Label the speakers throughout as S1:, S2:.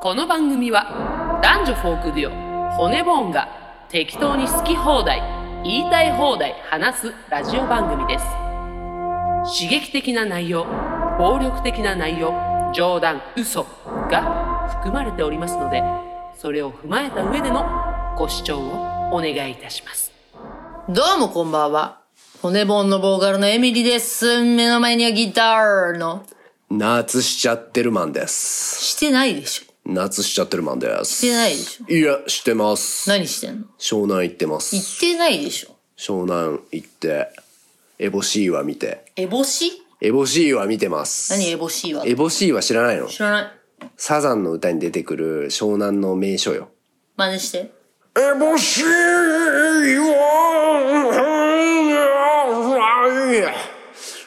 S1: この番組は男女フォークデュオ骨ボーンが適当に好き放題言いたい放題話すラジオ番組です刺激的な内容暴力的な内容冗談嘘が含まれておりますのでそれを踏まえた上でのご視聴をお願いいたします
S2: どうもこんばんは。骨盆のボーカルのエミリです。目の前にはギターの。
S3: 夏しちゃってるマンです。
S2: してないでしょ。
S3: 夏しちゃってるマンです。
S2: してないでし
S3: いや、してます。
S2: 何してんの
S3: 湘南行ってま
S2: 行
S3: す。
S2: ってないでしょ。
S3: 湘南行って、エボシーは見て。
S2: エボシ
S3: エボシーは見てます。
S2: 何エボシは
S3: エボシーは知らないの
S2: 知らない。
S3: サザンの歌に出てくる湘南の名所よ。
S2: 真似して。
S3: エボシーは、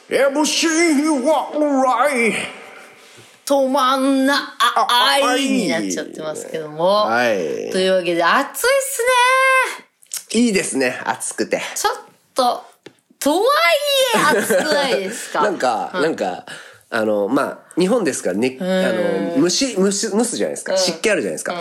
S3: エボシーは、
S2: 止まんな、あ、
S3: あ
S2: あ
S3: あ
S2: い
S3: い
S2: になっちゃってますけども。
S3: はい
S2: というわけで、暑いっすね
S3: いいですね、暑くて。
S2: ちょっと、とはいえ暑くないですか
S3: なんか、なんか、あの、まあ、日本ですからね、あの、蒸し、蒸し、蒸すじゃないですか。湿気あるじゃないですか。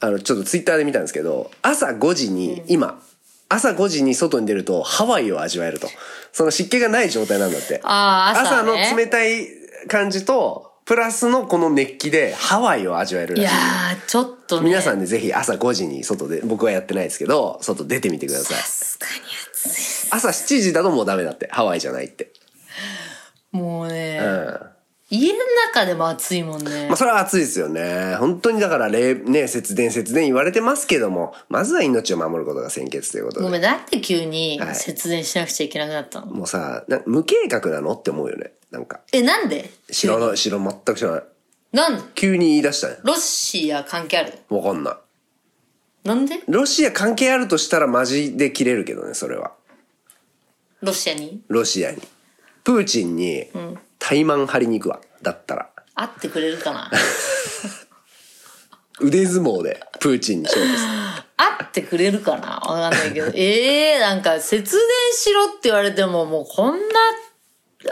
S3: あの、ちょっとツイッターで見たんですけど、朝5時に、今、朝5時に外に出ると、ハワイを味わえると。その湿気がない状態なんだって。
S2: あー朝ね
S3: の冷たい感じと、プラスのこの熱気で、ハワイを味わえるら
S2: い
S3: し
S2: や
S3: い
S2: ー、ちょっとね。
S3: 皆さん
S2: さ
S3: ね、ぜひ朝5時に外で、僕はやってないですけど、外出てみてください。
S2: すがに暑い。
S3: 朝7時だともうダメだって。ハワイじゃないって。
S2: もうね、
S3: うん。
S2: 家の中でも暑いもんね
S3: まあ、。それは暑いですよね。本当にだから、れね、節電節電言われてますけども、まずは命を守ることが先決ということ
S2: ご
S3: で。
S2: めん、なんで急に
S3: はい
S2: 節電しなくちゃいけなくなったの、
S3: もうさ、な無計画なのって思うよね。なんか、
S2: え、なんで
S3: 知らない、知らん全く知らない。
S2: なん
S3: 急に言い出したね。
S2: ロシア関係ある
S3: わかんない。
S2: なんで
S3: ロシア関係あるとしたらマジで切れるけどね、それは。
S2: ロシアに
S3: ロシアに。プーチンに、怠慢張りに行くわ。だったら。
S2: 会ってくれるか な
S3: 腕相撲で、プーチンに勝負 する。
S2: 会ってくれるかなわかんないけど。ええー、なんか節電しろって言われてももうこん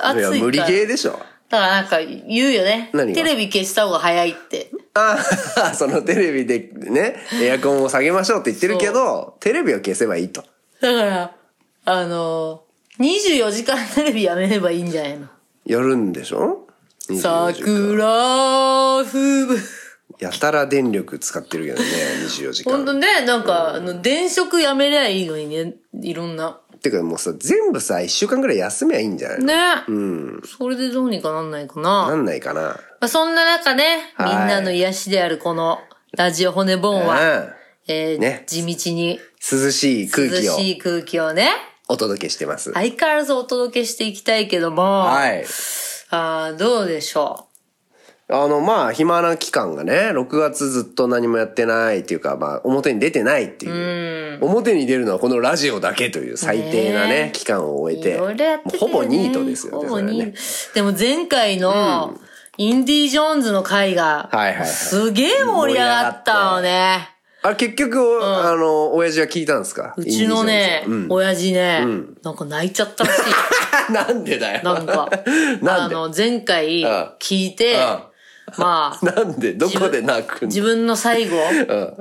S2: な暑いか
S3: いや、
S2: ら。
S3: 無理ゲーでしょ。
S2: だからなんか言うよね。
S3: 何が
S2: テレビ消した方が早いって。
S3: ああ、 そのテレビでね、エアコンを下げましょうって言ってるけど、テレビを消せばいいと。
S2: だから、あのー、24時間テレビやめればいいんじゃないの
S3: やるんでしょ24時
S2: 桜
S3: 間
S2: 吹雪。
S3: やたら電力使ってる けどね、24時
S2: 本当
S3: 間。
S2: ね、なんか、あの、電飾やめりゃいいのにね、いろんな。
S3: てかもうさ、全部さ、1週間ぐらい休めばいいんじゃないの
S2: ね。うん。それでどうにかなんないかな。
S3: な
S2: ま
S3: んないかな。
S2: あ、そんな中ね、みん
S3: はい
S2: なの癒しであるこの、ラジオ骨ボーンは、
S3: うん
S2: えー
S3: ね
S2: 地道に
S3: 涼しい空
S2: 涼
S3: 気を
S2: しい空気をね、
S3: お届けしてます。
S2: 相変わらずお届けしていきたいけども、
S3: はい。
S2: あーどうでしょ
S3: あの、まあ、暇な期間がね、6月ずっと何もやってないっていうか、まあ、表に出てないっていう。表に出るのはこのラジオだけという最低な
S2: ね
S3: ね、期間を終
S2: う
S3: え
S2: い
S3: て、
S2: ろいろやって
S3: もう
S2: た
S3: ほ
S2: け
S3: ぼ
S2: どね
S3: ニートですよね。
S2: ほぼ
S3: それは
S2: ニ
S3: ね
S2: ート。でも前回の、インディ・ジョーンズの回が、
S3: はいはいはい
S2: すげえ盛り上がったのね。
S3: あ、結局、あの、親父は聞いたんですか
S2: うちのね、
S3: インディジョーンズうん
S2: 親父ね、なんか泣いちゃったらしい。
S3: なん でだよ。。
S2: なんか
S3: な
S2: あ
S3: んで
S2: の、前回
S3: うん
S2: 聞いて、まあ、
S3: なんでどこで泣くん
S2: 自分の最後
S3: うん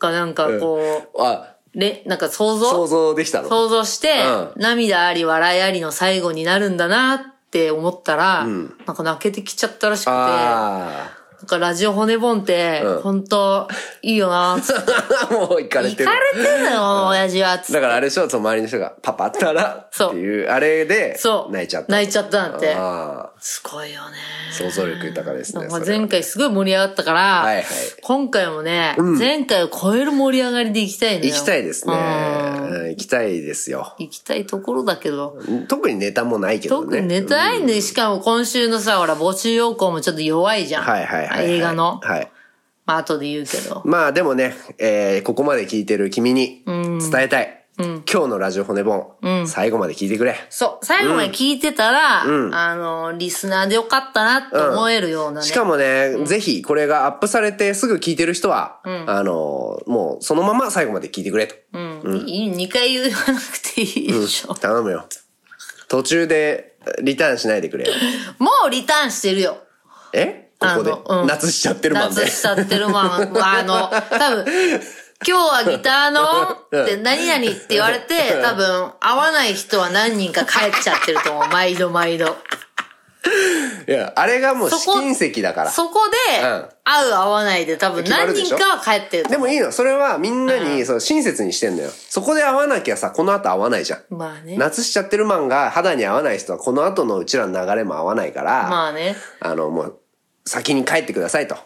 S2: がなんかこ
S3: あ、
S2: う、れ、なんか想
S3: 想
S2: 像
S3: 像できたの
S2: 想像して、
S3: う
S2: 涙あり笑いありの最後になるんだなって思ったら、なんか泣けてきちゃったらしくて、な
S3: あ
S2: んかラジオ骨ボンって、
S3: うん
S2: ほんと、いいよな、 つって。
S3: あ。 もう行かれ
S2: 行
S3: てる
S2: か。れてんのよ、親父は、つって
S3: だからあれでしょ、その周りの人が、パパったら、
S2: そう
S3: っていう、あれで
S2: そ、う。
S3: 泣いちゃった。
S2: 泣いちゃったなんて。
S3: ああ、
S2: すごいよね。
S3: 想像力豊かですね。
S2: まあ
S3: それは
S2: 前回すごい盛り上がったから、
S3: はいはい
S2: 今回もね、前回を超える盛り上がりで行きたいね。
S3: 行きたいですね。
S2: うん
S3: うん行きたいですよ。
S2: 行きたいところだけど、
S3: 特にネタもないけどね。
S2: 特にネタないんで、しかも今週のさ、ほら、募集要項もちょっと弱いじゃん。
S3: はいはいはいはい。
S2: 映画の。
S3: はい。
S2: まあ、後で言うけど。
S3: まあでもね、えーここまで聞いてる君に伝えたい。今日のラジオ骨本、最後まで聞いてくれ。
S2: そう、最後まで聞いてたら、あの、リスナーでよかったなって思えるようなね。
S3: しかもね、ぜひこれがアップされてすぐ聞いてる人は、あの、もうそのまま最後まで聞いてくれと。
S2: うん、いい二回言わなくていいでしょ。
S3: 頼むよ。途中でリターンしないでくれよ。
S2: もうリターンしてるよ。
S3: えここで
S2: あの、うん
S3: 夏しちゃってるマンで
S2: 夏しちゃってるマン。あの、多分、今日はギターのって何々って言われて、多分、会わない人は何人か帰っちゃってると思う。毎度毎度。
S3: いやあれがもう
S2: そ
S3: 試
S2: こ
S3: 金石だから
S2: そこで、
S3: うん
S2: 会う会わないで多分
S3: 決まる
S2: 何
S3: でし
S2: 人
S3: ょ
S2: かは帰ってると
S3: で
S2: 思
S3: もいいのそれはみんなにそう親切にしてんのよそこで会わなきゃさこの後会わないじゃん
S2: う。まあね。
S3: 夏しちゃってるマンが肌に合わない人はこの後のうちらの流れも合わないから、
S2: まあね。
S3: あのもう先に帰ってくださいと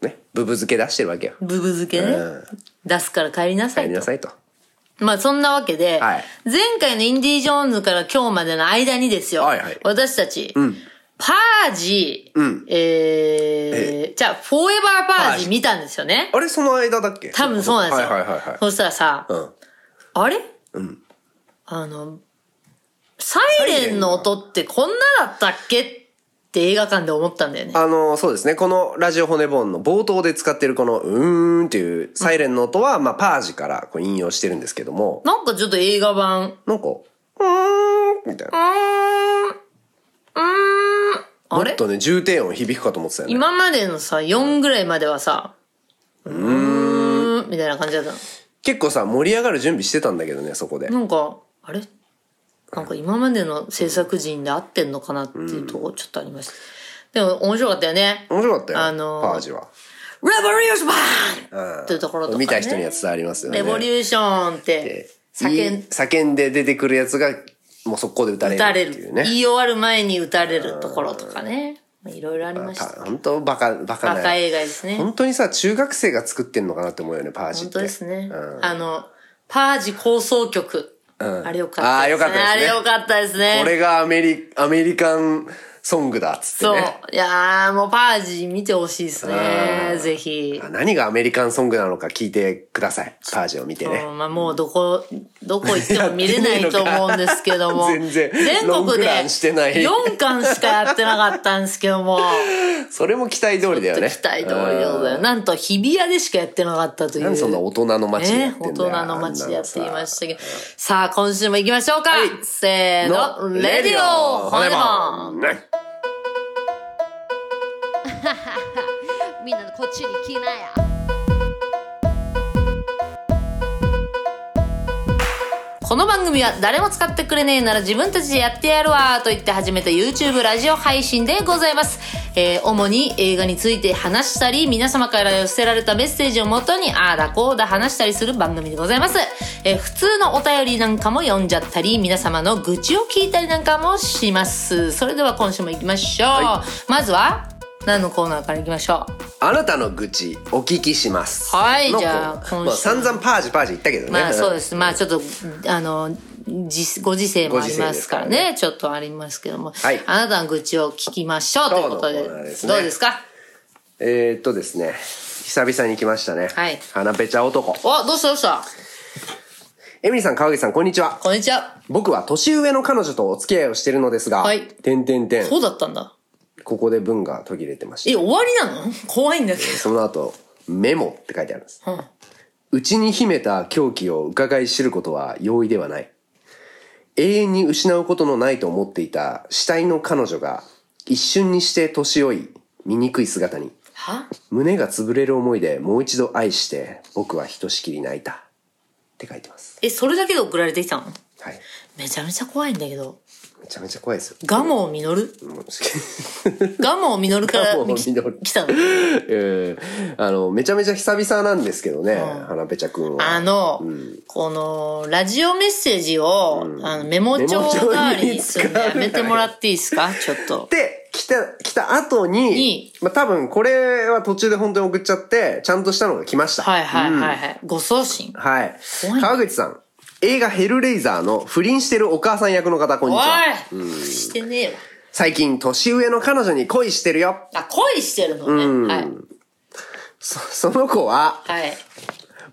S3: ねブブ漬け出してるわけよ
S2: ブブ漬けね。
S3: うん
S2: 出すから帰りなさい
S3: 帰り
S2: と
S3: な。さいと
S2: まあそんなわけで、
S3: はい
S2: 前回のインディ・ジョーンズから今日までの間にですよ、
S3: はいはい
S2: 私たち、パージー、
S3: ん
S2: えー、じゃあ、フォーエバーパ
S3: パー
S2: ー
S3: ジ
S2: ジ
S3: ー
S2: ー見たんですよね。
S3: あれその間だっけ
S2: 多分そうなんですよ。
S3: はいはいはいはい
S2: そしたらさ、
S3: うん
S2: あれあの、サイレンの音ってこんなだったっけって映画館で思ったんだよね。
S3: あの、そうですね。このラジオ骨ボンの冒頭で使ってるこのうーんっていうサイレンの音は、まあパージからこう引用してるんですけども、
S2: なんかちょっと映画版、
S3: なんか、うーんみたいな。
S2: あ
S3: もっ
S2: れ
S3: とね、重低音響くかと思ってたよね。
S2: 今までのさ、4ぐらいまではさ、うーん、みたいな感じだったの。
S3: 結構さ、盛り上がる準備してたんだけどね、そこで。
S2: なんか、あれなんか今までの制作陣で合ってんのかなっていうとこちょっとありました。でも面白かったよね。
S3: 面白かったよ、
S2: あのー
S3: パージは。
S2: レボリューショ
S3: うん
S2: ンっていうところとか、ね。
S3: 見た人には伝わりますよね。
S2: レボリューションって叫
S3: い
S2: ん、
S3: 叫んで出てくるやつが、もう速攻で撃たれ
S2: 打たれ
S3: るってい
S2: る
S3: う。ね。
S2: 言い終わる前に打たれるところとかね。まあいろいろありました。
S3: た本当バカ、バカ
S2: バカ
S3: な。
S2: 映画ですね。
S3: 本当にさ、中学生が作ってんのかなって思うよね、パージっ
S2: 本
S3: て。
S2: 当ですね。
S3: うん
S2: あの、パージ構想曲。
S3: ん
S2: あれよかったですね。
S3: あーよかったですね
S2: あれよかったですね。
S3: これがアメリアメリカンソングだっつって
S2: そう
S3: ね。。
S2: いやー、もうパージ見てほしいですね。ぜひ。
S3: あ何がアメリカンソングなのか聞いてください。パージを見てね。
S2: うんまあもうどこ、どこ行っても見れないと思うんですけども。
S3: やってねえのか 全然
S2: 全
S3: ロン
S2: 国
S3: グ
S2: で
S3: ランしてない
S2: 4巻しかやってなかったんですけ ども。
S3: それも期待通りだよ
S2: 期
S3: ね。
S2: 待通りでございます。なんと日比谷でしかやってなかったという。
S3: なんでそんな大人の街でや
S2: ね
S3: っ、て
S2: 大
S3: んだよ、。
S2: 人の街でやっていましたたけど。さあ、今週も行きましょうか、せーの、レディオ骨もん
S3: ンね
S4: みんなこっちに来なや。
S2: この番組は誰も使ってくれねえなら自分たちでやってやるわと言って始めた YouTube ラジオ配信でございます。えー主に映画について話したり、皆様から寄せられたメッセージをもとに、ああだこうだ話したりする番組でございます。えー普通のお便りなんかも読んじゃったり、皆様の愚痴を聞いたりなんかもします。それでは今週も行きましょう。
S3: は
S2: まずは、何のコーナーから行きましょ
S3: あなたの愚痴お聞きします。
S2: はい
S3: の
S2: じゃあ
S3: コーナー
S2: 今週
S3: まあ、散々パージパージ言ったけ
S2: う。
S3: どね。
S2: まあそうです。まあちょっと、あの、じご時世もありますから
S3: ご時世ですから
S2: ね。ちょっとありますけども。
S3: はい
S2: あなたの愚痴を聞きましょうということで。
S3: 今日のコーナーですね
S2: どうですか
S3: えー、っとですね。久々に来ましたね。
S2: はい
S3: 花ペチャ男。
S2: お、どうしたどうした
S3: エミリーさん、川口さん、こんにちは。
S2: こんにちは。
S3: 僕は年上の彼女とお付き合いをしているのですが、
S2: はい
S3: 点々点
S2: そうだったんだ。
S3: ここで文が途切れてまし
S2: え、
S3: た。
S2: 終わりなの怖いんだけ
S3: その後、メモって書いてあるんです。
S2: ど。うん
S3: うちに秘めた狂気を伺い知ることは容易ではない。永遠に失うことのないと思っていた死体の彼女が、一瞬にして年老い、醜い姿に、
S2: は
S3: 胸が潰れる思いでもう一度愛して、僕はひとしきり泣いた。って書いてます。
S2: え、それだけで送られてきたの
S3: はい。
S2: めちゃめちゃ怖いんだけど。
S3: めちゃめちゃ怖いで すよ。
S2: ガモをミノル
S3: もう
S2: ガモをミノルから
S3: ガモを
S2: き
S3: ミノル
S2: 来たの
S3: えーあの、めちゃめちゃ久々なんですけどね、花ペチャくんは。
S2: あの、この、ラジオメッセージを、あのメモ帳代わりにするのやめてもらっていいですかちょっと。
S3: で、来た、来た後に、
S2: に
S3: まあ多分これは途中で本当に送っちゃって、ちゃんとしたのが来ました。
S2: はいはいはいはい。ご送信。
S3: はい。
S2: 怖い
S3: 川口さん、映画ヘルレイザーの不倫してるお母さん役の方、こんに
S2: お
S3: ち
S2: い
S3: は。
S2: してねえわ。
S3: 最近、年上の彼女に恋してるよ。
S2: あ、恋してるのね。はい。
S3: そその子は、
S2: はい。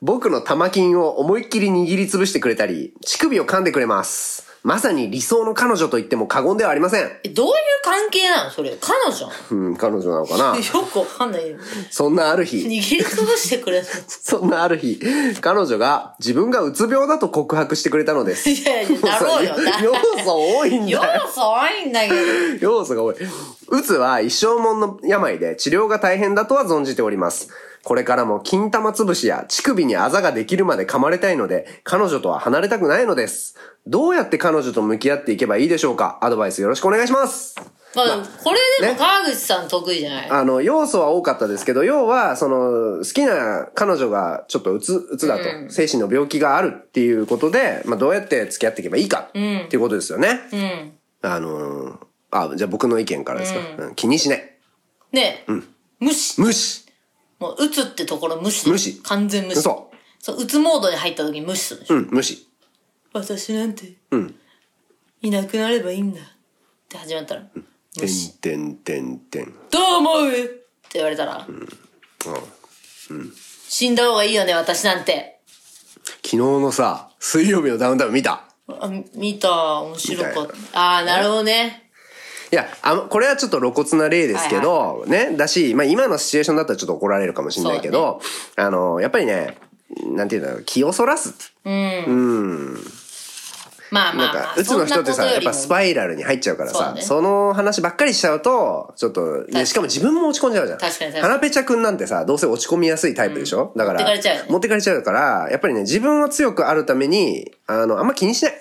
S3: 僕の玉金を思いっきり握りつぶしてくれたり、乳首を噛んでくれます。まさに理想の彼女と言っても過言ではありません。
S2: えどういう関係なのそれ。彼女よ
S3: うん、彼女なのか な
S2: くわかんない。握
S3: そんなある日、
S2: りつぶしてくれる。
S3: そんなある日、彼女が自分がうつ病だと告白してくれたのです。
S2: いやいや、だろうよ。だ
S3: 要素多いんだ
S2: 要
S3: よ。
S2: 素多いんだけど。
S3: 要素が多い。うつは一生もんの病で治療が大変だとは存じております。これからも金玉つぶしや乳首にあざができるまで噛まれたいので、彼女とは離れたくないのです。どうやって彼女と向き合っていけばいいでしょうかアドバイスよろしくお願いします。
S2: まあ、これでも
S3: ね
S2: 川口さん得意じゃない、
S3: あの、要素は多かったですけど、要は、その、好きな彼女がちょっとうつ、うつだと、精神の病気があるっていうことで、まあ、どうやって付き合っていけばいいかっていうことですよね。あのーあ、じゃあ僕の意見からですか。うん気にしない。
S2: ねえ、無視。
S3: 無視
S2: もう、打つってところ無視で
S3: 無視
S2: 完全無視。
S3: 嘘
S2: そう。打つモードに入った時に無視するでしょ。
S3: うん、無視。
S2: 私なんて、いなくなればいいんだ。って始まったら、
S3: てんてんてんてん。うん。
S2: どう思うって言われたら、死んだ方がいいよね、私なんて。
S3: 昨日のさ、水曜日のダウンタウン見た
S2: あ、見た、面白かっ
S3: みたい
S2: た。あー、なるほどね。
S3: いや、あの、これはちょっと露骨な例ですけど、ね、だし、まあ今のシチュエーションだったらちょっと怒られるかもしれないけど、あの、やっぱりね、なんていうんだろう、気をそらす。
S2: まあまあ
S3: なん
S2: ま
S3: か
S2: あ、、
S3: うつの人ってさ、
S2: そんなこと
S3: や
S2: よ
S3: っ
S2: りも
S3: ぱスパイラルに入っちゃうから
S2: そうだ
S3: さ、
S2: ね
S3: その話ばっかりしちゃうと、ちょっと、
S2: かに
S3: でしかも自分も落ち込んじゃうじゃん。
S2: 確かに確かに
S3: 花ぺちゃくんなんてさ、どうせ落ち込みやすいタイプでしょ、だから、
S2: 持ってかれちゃうよね
S3: 持ってかれちゃうから、やっぱりね、自分を強くあるために、あの、あんま気にしない。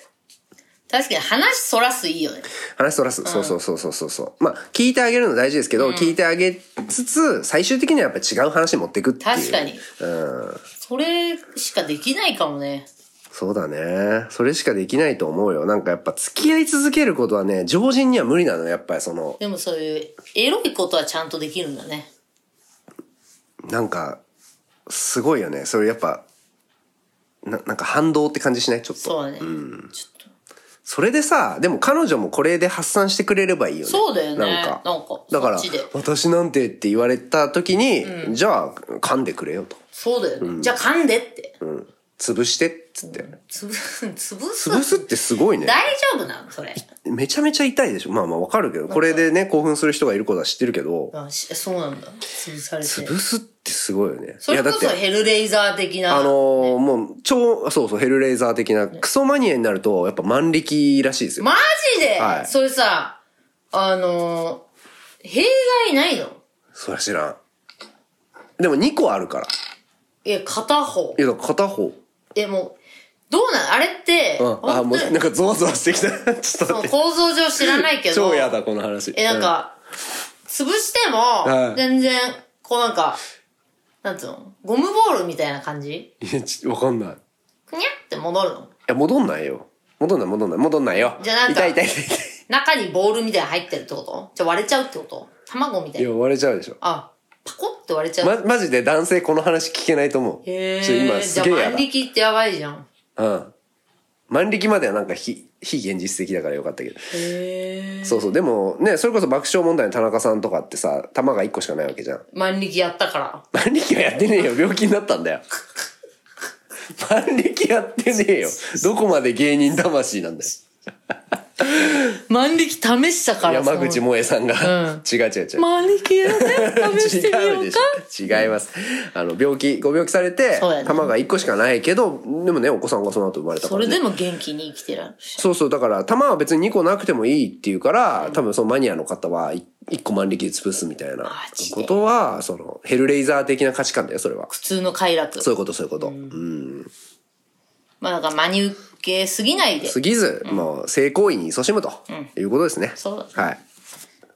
S2: 確かに話そらすいいよね。
S3: 話そらす。そうそうそうそうそうそう。まあ、聞いてあげるの大事ですけど、聞いてあげつつ、最終的にはやっぱ違う話持っていくっていう。
S2: 確かに。
S3: うん。
S2: それしかできないかもね。
S3: そうだね。それしかできないと思うよ。なんかやっぱ付き合い続けることはね、常人には無理なのよ。やっぱりその、
S2: でもそういう、エロいことはちゃんとできるんだね。
S3: なんか、すごいよね。それやっぱ、ななんか反動って感じしないちょっと。
S2: そうだね。ちょっと
S3: それでさ、でも彼女もこれで発散してくれればいいよね。
S2: そうだよね
S3: なんか。
S2: なんか
S3: だから
S2: そっちで、
S3: 私なんてって言われた時に、じゃあ、噛んでくれよと。
S2: そうだよね。じゃあ噛んでって。
S3: うん。潰してっつって。
S2: つぶ、潰す。
S3: 潰すってすごいね。
S2: 大丈夫なのそれ。
S3: めちゃめちゃ痛いでしょ。まあまあわかるけど、これでね、興奮する人がいることは知ってるけど、
S2: あ、しそうなんだ。潰されて。
S3: 潰すってすごいよね。
S2: それこそヘルレイザー的な。
S3: あのーもう、超、そうそう、ヘルレイザー的な、クソマニアになると、やっぱ万力らしいですよ。
S2: マジで、
S3: はい
S2: それさ、あのー、弊害ないの
S3: そりゃ知らん。でも2個あるから。
S2: いや、片方
S3: い。や、だから片方。
S2: でも、どうなんあれって、
S3: うん。あ、も
S2: 本
S3: う、
S2: 当
S3: なん
S2: に
S3: かゾワゾワしてきた。 ちょっと
S2: その
S3: 待って。
S2: 構造上知らないけど、
S3: 超やだ、この話。
S2: え、なんか、潰しても
S3: は、い
S2: 全然、こうなんか、なんつうのゴムボールみたいな感じ
S3: うん。いや、ちわかんない。い
S2: くにゃって戻るの
S3: や、戻んないよ。戻んない、戻んない、戻んないよ。
S2: じゃあなんか
S3: 痛い痛い痛い痛い。
S2: 中にボールみたいなの入ってるってことじゃあ割れちゃうってこと卵みたい
S3: い
S2: な
S3: や、。割れちゃうでしょ。
S2: あ、パコって割れちゃう。
S3: ま、マジで男性この話聞けないと思う。
S2: へ
S3: ちょ
S2: ー
S3: 今すげ
S2: じ
S3: え
S2: ゃあ
S3: や
S2: 万力ってやばいじゃん。
S3: だ。うん。万力まではなんか非、非現実的だからよかったけど。
S2: へ
S3: そうそう。でもね、それこそ爆笑問題の田中さんとかってさ、玉が1個しかないわけじゃん。
S2: 万力やったから。
S3: 万力はやってねえよ。病気になったんだよ。万力やってねえよ。どこまで芸人魂なんだよ。
S2: 万力試したから
S3: 山口萌えさんが。
S2: うん
S3: 違う違う違う。
S2: 万力やね、試してみ
S3: 違
S2: よ
S3: う
S2: う
S3: で
S2: か。
S3: しょ違いますあの病気ご病気されて、
S2: そうだね
S3: 玉が1個しかないけどでもねお子さんがその後生まれたか
S2: そ
S3: ら、ね、
S2: れでも元気に生きてる。
S3: そうそう、だから、玉は別に2個なくてもいいっていうから、多分そのマニアの方は1個万力で潰すみたいな
S2: ジで
S3: ことは、その、ヘルレイザー的な価値観だよ、それは。
S2: 普通の快楽。
S3: そういうこと、そういうこと。うん。
S2: まあなんか真に受けすぎないで。
S3: 過ぎず、もう、性行為に勤しむと、いうことですね。
S2: そうだ
S3: はい。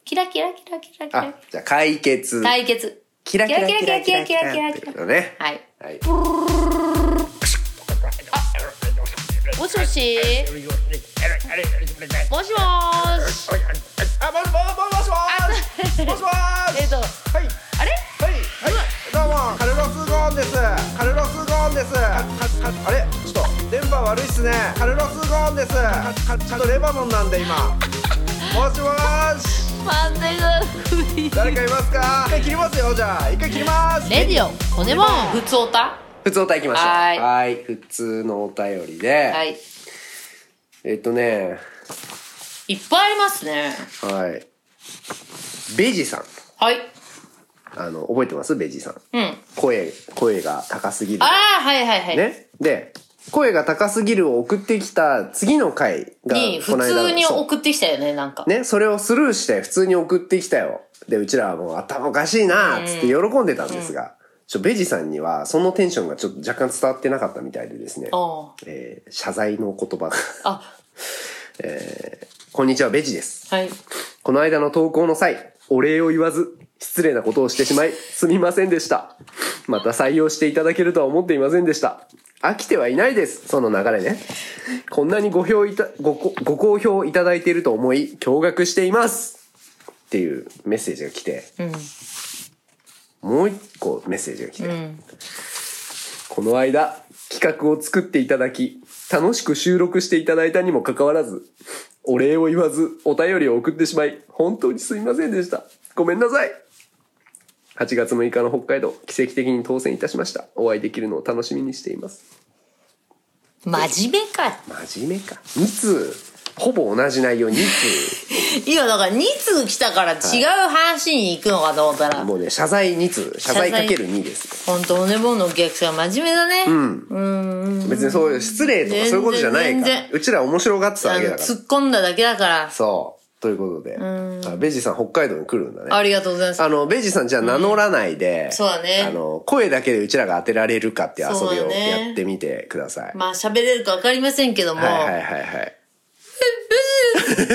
S2: キラキラキラキラキ
S3: あ
S2: ラ。、
S3: じゃあ解決。
S2: 対決。
S3: キラキラキラキラキラキラキラ
S2: キラキラキラキラキラ
S3: ってことね。
S2: はい。
S3: はい。
S5: あ、もしもしもしもしもしもし
S4: もしもしもしもーしえっと
S5: はい
S4: あれ
S5: はいはいどうもカルロス・ゴーンですカルロス・ゴーンですかかかあれちょっと電波悪いっすねカルロス・ゴーンですかかちょっとレバノンなんで今もしもし
S4: 待ってください
S5: 誰かいますか一回切りますよじゃあ一回切ります
S2: レディオ、骨もん、普通おた
S3: 普通お便り行きましょう。
S2: はい
S3: はい。普通のお便りで、
S2: はい。
S3: えっとね、
S2: いっぱいありますね。
S3: はい。ベジさん。
S2: はい。
S3: あの、覚えてますベジさん。
S2: うん。
S3: 声、声が高すぎる
S2: あ。あ、はいはいはい。
S3: ね。で、声が高すぎるを送ってきた次の回が、
S2: に、
S3: こ
S2: 普
S3: の間
S2: 通に
S3: そう
S2: 送ってきたよね、なんか。
S3: ね、それをスルーして普通に送ってきたよ。で、うちらはもう頭おかしいなーっつって喜んでたんですが、ちょベジさんにはそのテンションがちょっと若干伝わってなかったみたいでですね、
S2: あ
S3: えー謝罪の言葉が、
S2: あ。あ、
S3: こんにちは、ベジです。
S2: はい。
S3: この間の投稿の際、お礼を言わず、失礼なことをしてしまい、すみませんでした。また採用していただけるとは思っていませんでした。飽きてはいないです、その流れね。こんなにご評いたごこ、ご好評いただいていると思い、驚愕していますっていうメッセージが来て、もう一個メッセージが来て、この間、企画を作っていただき、楽しく収録していただいたにもかかわらず、お礼を言わず、お便りを送ってしまい、本当にすみませんでした。ごめんなさい。8月6日の北海道、奇跡的に当選いたしました。お会いできるのを楽しみにしています。
S2: 真面目かい。
S3: 真面目か。2通、ほぼ同じ内容2
S2: いや、だから2通来たから違う話に行くのかと思ったら、
S3: 通。もうね、謝罪2通。謝罪かける2です。
S2: ほんと、骨棒のお客さん真面目だね。うん。
S3: 別にそういう失礼とかそういうことじゃない
S2: 全
S3: か
S2: 然
S3: ら
S2: 全。然
S3: うちら面白がってた
S2: あ
S3: だけ
S2: の、
S3: だから。
S2: 突っ込んだだけだから、
S3: そう。ということで。あベジさん北海道に来るんだね。
S2: ありがとうございます。
S3: あの、ベイジさんじゃあ名乗らないで、
S2: んそうだね
S3: あの、声だけでうちらが当てられるかっていう遊
S2: そう
S3: び
S2: だ
S3: を
S2: ね
S3: やってみてください。
S2: まあ、喋れるかわかりませんけども、
S3: はいはいはいはい。
S2: 無事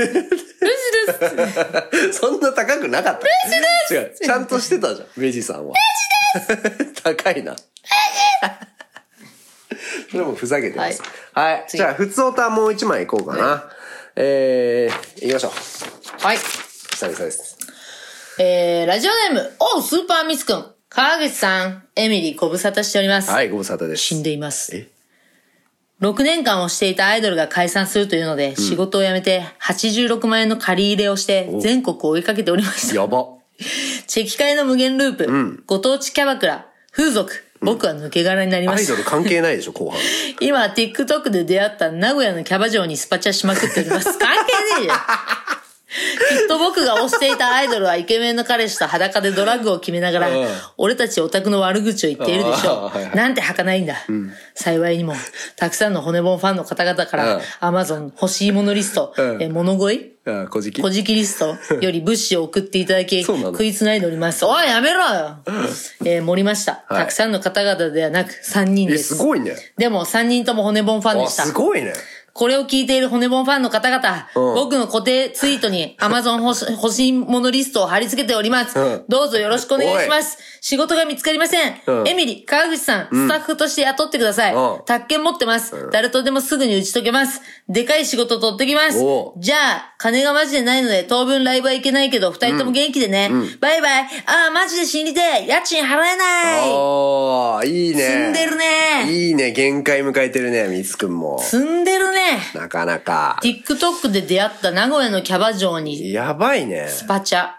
S2: です。
S3: そんな高くなかった。違う。ちゃんとしてたじゃん、ベジさんは。ベジです高いな。それもふざけてます。はい。
S2: 次
S3: じゃあ、普通オタもう一枚いこうかな。えー、行きましょう。
S2: はい。
S3: 久々です。
S2: えー、ラジオネーム、おう、スーパーミスくん。川口さん、エミリー、ご無沙汰しております。
S3: はい、ご無沙汰です。
S2: 死んでいます。
S3: え
S2: 6年間をしていたアイドルが解散するというので、仕事を辞めて86万円の借り入れをして、全国を追いかけておりました。
S3: やば。
S2: チェキ会の無限ループ、ご当地キャバクラ、風俗、僕は抜け殻になりま
S3: アイ
S2: した。
S3: ドル関係ないでしょ、 後半。
S2: 今、TikTok で出会った名古屋のキャバ嬢にスパチャしまくっております。関係ねえ よ。きっと僕が推していたアイドルはイケメンの彼氏と裸でドラッグを決めながら、俺たちオタクの悪口を言っているでしょ
S3: あーはいは
S2: う。なんて儚いんだ。幸いにも、たくさんの骨盆ファンの方々か
S3: う
S2: ら
S3: ん、
S2: Amazon 欲しいものリスト、
S3: うん
S2: え物乞い
S3: あ、こじき
S2: 小じきリストより物資を送っていただき、
S3: そうなの
S2: 食いつないでおります。おい、やめろよ、えー盛りました。
S3: はい
S2: たくさんの方々ではなく、3人
S3: え、
S2: ですす。
S3: ごいね。
S2: でも、3人とも骨盆ファンで
S3: あ、
S2: した
S3: す。ごいね。
S2: これを聞いている骨盆ファンの方々、
S3: うん
S2: 僕の固定ツイートに Amazon 欲し 欲しいものリストを貼り付けております。
S3: うん
S2: どうぞよろしくお願いします。仕事が見つかりません。
S3: うん
S2: エミリー、川口さん、スタッフとして雇ってください。
S3: うん
S2: 宅建持ってます。誰とでもすぐに打ち解けます。でかい仕事取ってきます
S3: お。
S2: じゃあ、金がマジでないので当分ライブはいけないけど、二人とも元気でね。バイバイ。ああ、マジで死にてえ。家賃払えない。
S3: ああ、いいね。
S2: 積んでるね。
S3: いいね、限界迎えてるね、みつくんも。
S2: 積んでるね。
S3: なかなか。
S2: TikTok で出会った名古屋のキャバ嬢に
S3: やばいね。
S2: スパチャ。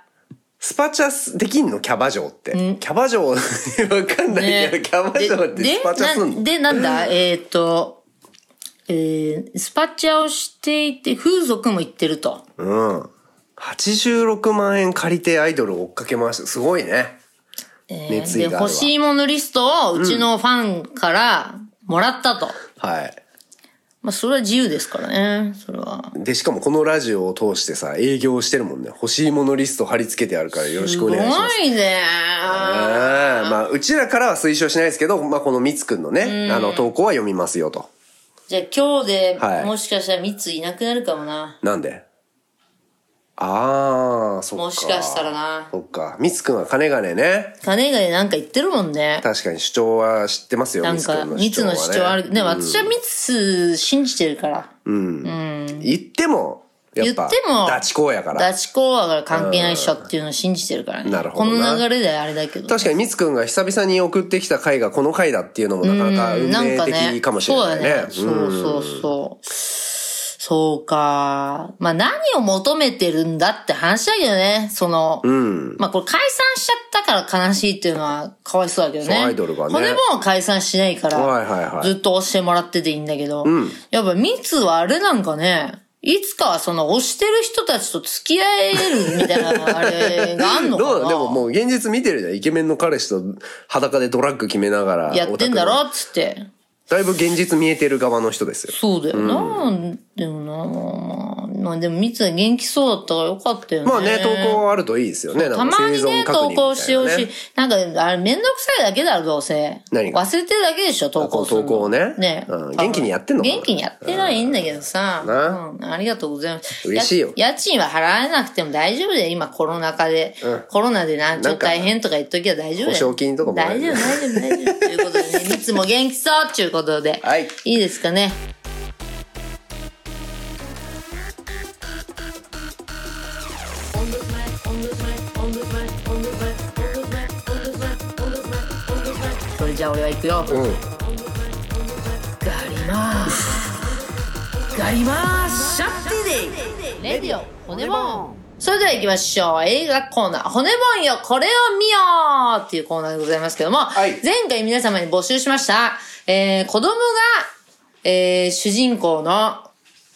S3: スパチャスできんのキャバ嬢って。キャバ嬢、 わかんないけど、キャバ嬢って
S2: で
S3: スパチャすんの
S2: でなで、なん だ、えーっと、えー、スパチャをしていて、風俗も行ってると。
S3: うん。86万円借りてアイドルを追っかけ回して、すごいね。
S2: えー
S3: 熱意
S2: で、
S3: があるわ
S2: 欲しいものリストをうちのファンからもらったと。
S3: はい。
S2: まあ、それは自由ですからね、それは。
S3: で、しかもこのラジオを通してさ、営業してるもんね。欲しいものリスト貼り付けてあるからよろしくお願いします。
S2: すごいね。
S3: あーまあ、うちらからは推奨しないですけど、まあ、このみつくんのね、あの、投稿は読みますよと。
S2: じゃあ今日で、
S3: はい
S2: もしかしたら三ついなくなるかもな。
S3: なんでああ、そっか。
S2: もしかしたらな
S3: そっか。みつくんは金がねね。
S2: 金がね、なんか言ってるもんね。
S3: 確かに主張は知ってますよ、
S2: なん
S3: みつく
S2: か、
S3: んの
S2: 三
S3: 主
S2: つ
S3: 張は、
S2: の
S3: ね。
S2: 主張ある。でも私は三つ信じてるから。
S3: 言っても、やっぱ、
S2: 言っても
S3: ダチ公やから
S2: ダ。チコアが関係ないっしょっていうのを信じてるからね。
S3: なるほどな
S2: この流れであれだけど。
S3: 確かにみつくんが久々に送ってきた回がこの回だっていうのもなかなか運
S2: なん
S3: 命
S2: か
S3: 的
S2: ね。
S3: かもしれないね。
S2: そうだね。そうそうそう。そうか。まあ何を求めてるんだって話だけどね。その、
S3: うん。
S2: まあこれ解散しちゃったから悲しいっていうのはかわいそうだけどね。
S3: そうアイドルがね
S2: 骨も解散しないから、
S3: はいはいはい
S2: ずっと押してもらってていいんだけど、
S3: うん
S2: やっぱ密はあれなんかね、いつかはその押してる人たちと付き合えるみたいなあれがあんのかな
S3: どうだでももう現実見てるじゃん。イケメンの彼氏と裸でドラッグ決めながら。
S2: やってんだ
S3: オタク
S2: ろっつって。
S3: のだいぶ現実見えてる側の人ですよ。
S2: そうだよな、でもなまあでも三つは元気そうだったからよかったよね。
S3: まあね、投稿あるといいですよ
S2: た
S3: ね。なんか
S2: まに
S3: 生存
S2: ね、
S3: 確認
S2: 投
S3: みたいなね
S2: 稿してほしい。なんか、あれ、めんどくさいだけだろ、どうせ。
S3: 何
S2: 忘
S3: が
S2: れてるだけでしょ、投稿するの
S3: 投稿をね
S2: ね、
S3: うん元気にやってんのかな
S2: 元気にやってないいいんだけどさ。
S3: な
S2: うん。ありがとうございます。
S3: 嬉しいよ
S2: や家賃は払わなくても大丈夫だよ、今コロナ禍で。コロナでな、ちょっと大変とか言っときゃ大丈夫だよ。
S3: 保証金とかもら
S2: 大
S3: える
S2: 丈夫、大丈夫、大丈夫。ということでね、 三つも元気そうということで。
S3: はい
S2: いいですかね。それじゃあ俺は行くよ。
S3: うん。
S2: ガリマーガリマーシャッティデイレディオ骨ボンそれでは行きましょう。映画コーナー、骨ボンよ、これを見ようっていうコーナーでございますけども、
S3: い
S2: 前回皆様に募集しました、えー、子供が、えー、主人公の、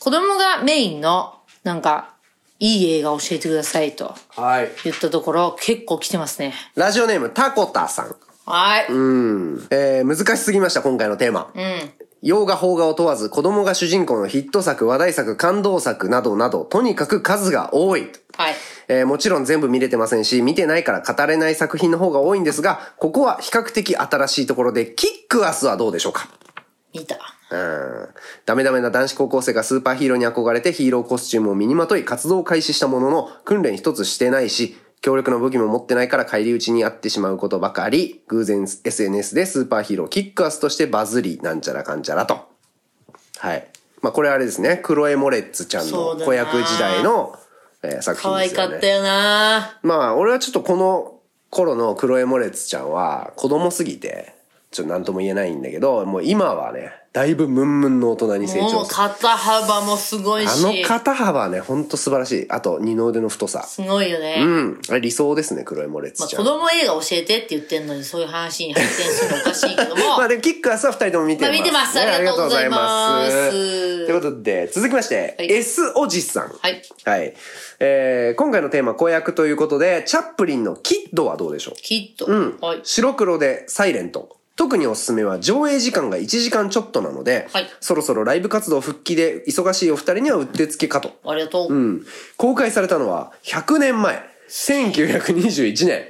S2: 子供がメインの、なんか、いい映画を教えてくださいと
S3: はい。
S2: 言ったところ、結構来てますね。
S3: ラジオネーム、タコタさん。
S2: はい。うん。
S3: うん。えー、難しすぎました、今回のテーマ。洋画、邦画を問わず、子供が主人公のヒット作、話題作、感動作などなど、とにかく数が多い。
S2: はい。
S3: えーもちろん全部見れてませんし、見てないから語れない作品の方が多いんですが、ここは比較的新しいところで、キックアスはどうでしょうか
S2: 見た。
S3: うんダメダメな男子高校生がスーパーヒーローに憧れてヒーローコスチュームを身にまとい活動を開始したものの訓練一つしてないし、強力な武器も持ってないから返り討ちにあってしまうことばかり、偶然 SNS でスーパーヒーローキックアスとしてバズり、なんちゃらかんちゃらと。はい。まあこれあれですね、クロエ・モレッツちゃん
S2: そう
S3: の
S2: だな
S3: 子役時代の、えー作
S2: 可
S3: 品で
S2: 愛
S3: す
S2: か
S3: よね。
S2: ったよな
S3: まあ俺はちょっとこの頃のクロエ・モレツちゃんは子供すぎてちょっと何とも言えないんだけどもう今はねだいぶムンムンの大人に成
S2: も
S3: 長
S2: う
S3: する
S2: 肩幅もすごい
S3: あ
S2: し。
S3: の肩幅はねほんと素晴らしいあと二の腕の太さ
S2: すごいよね。
S3: うんあれ理想ですねクロエ・モレ
S2: ま
S3: ツ
S2: あ、
S3: ち
S2: 子
S3: ゃん、
S2: 供映画教えてって言ってんのにそういう話に発展するのおかしいけども。
S3: まあでもキックアスは二人とも見てます、
S2: まあ見てますありがとうございます
S3: ありがとうございますということで続きまして、
S2: はい
S3: S おじさん
S2: はい、
S3: はいえー今回のテーマ「子役」ということでチャップリンの「キッド」はどうでしょう
S2: きっと。
S3: うん
S2: はい。
S3: 白黒でサイレント。特におすすめは上映時間が1時間ちょっとなので、
S2: はい
S3: そろそろライブ活動復帰で忙しいお二人にはうってつけかと。
S2: ありがとう。
S3: うん。公開されたのは100年前、1921年。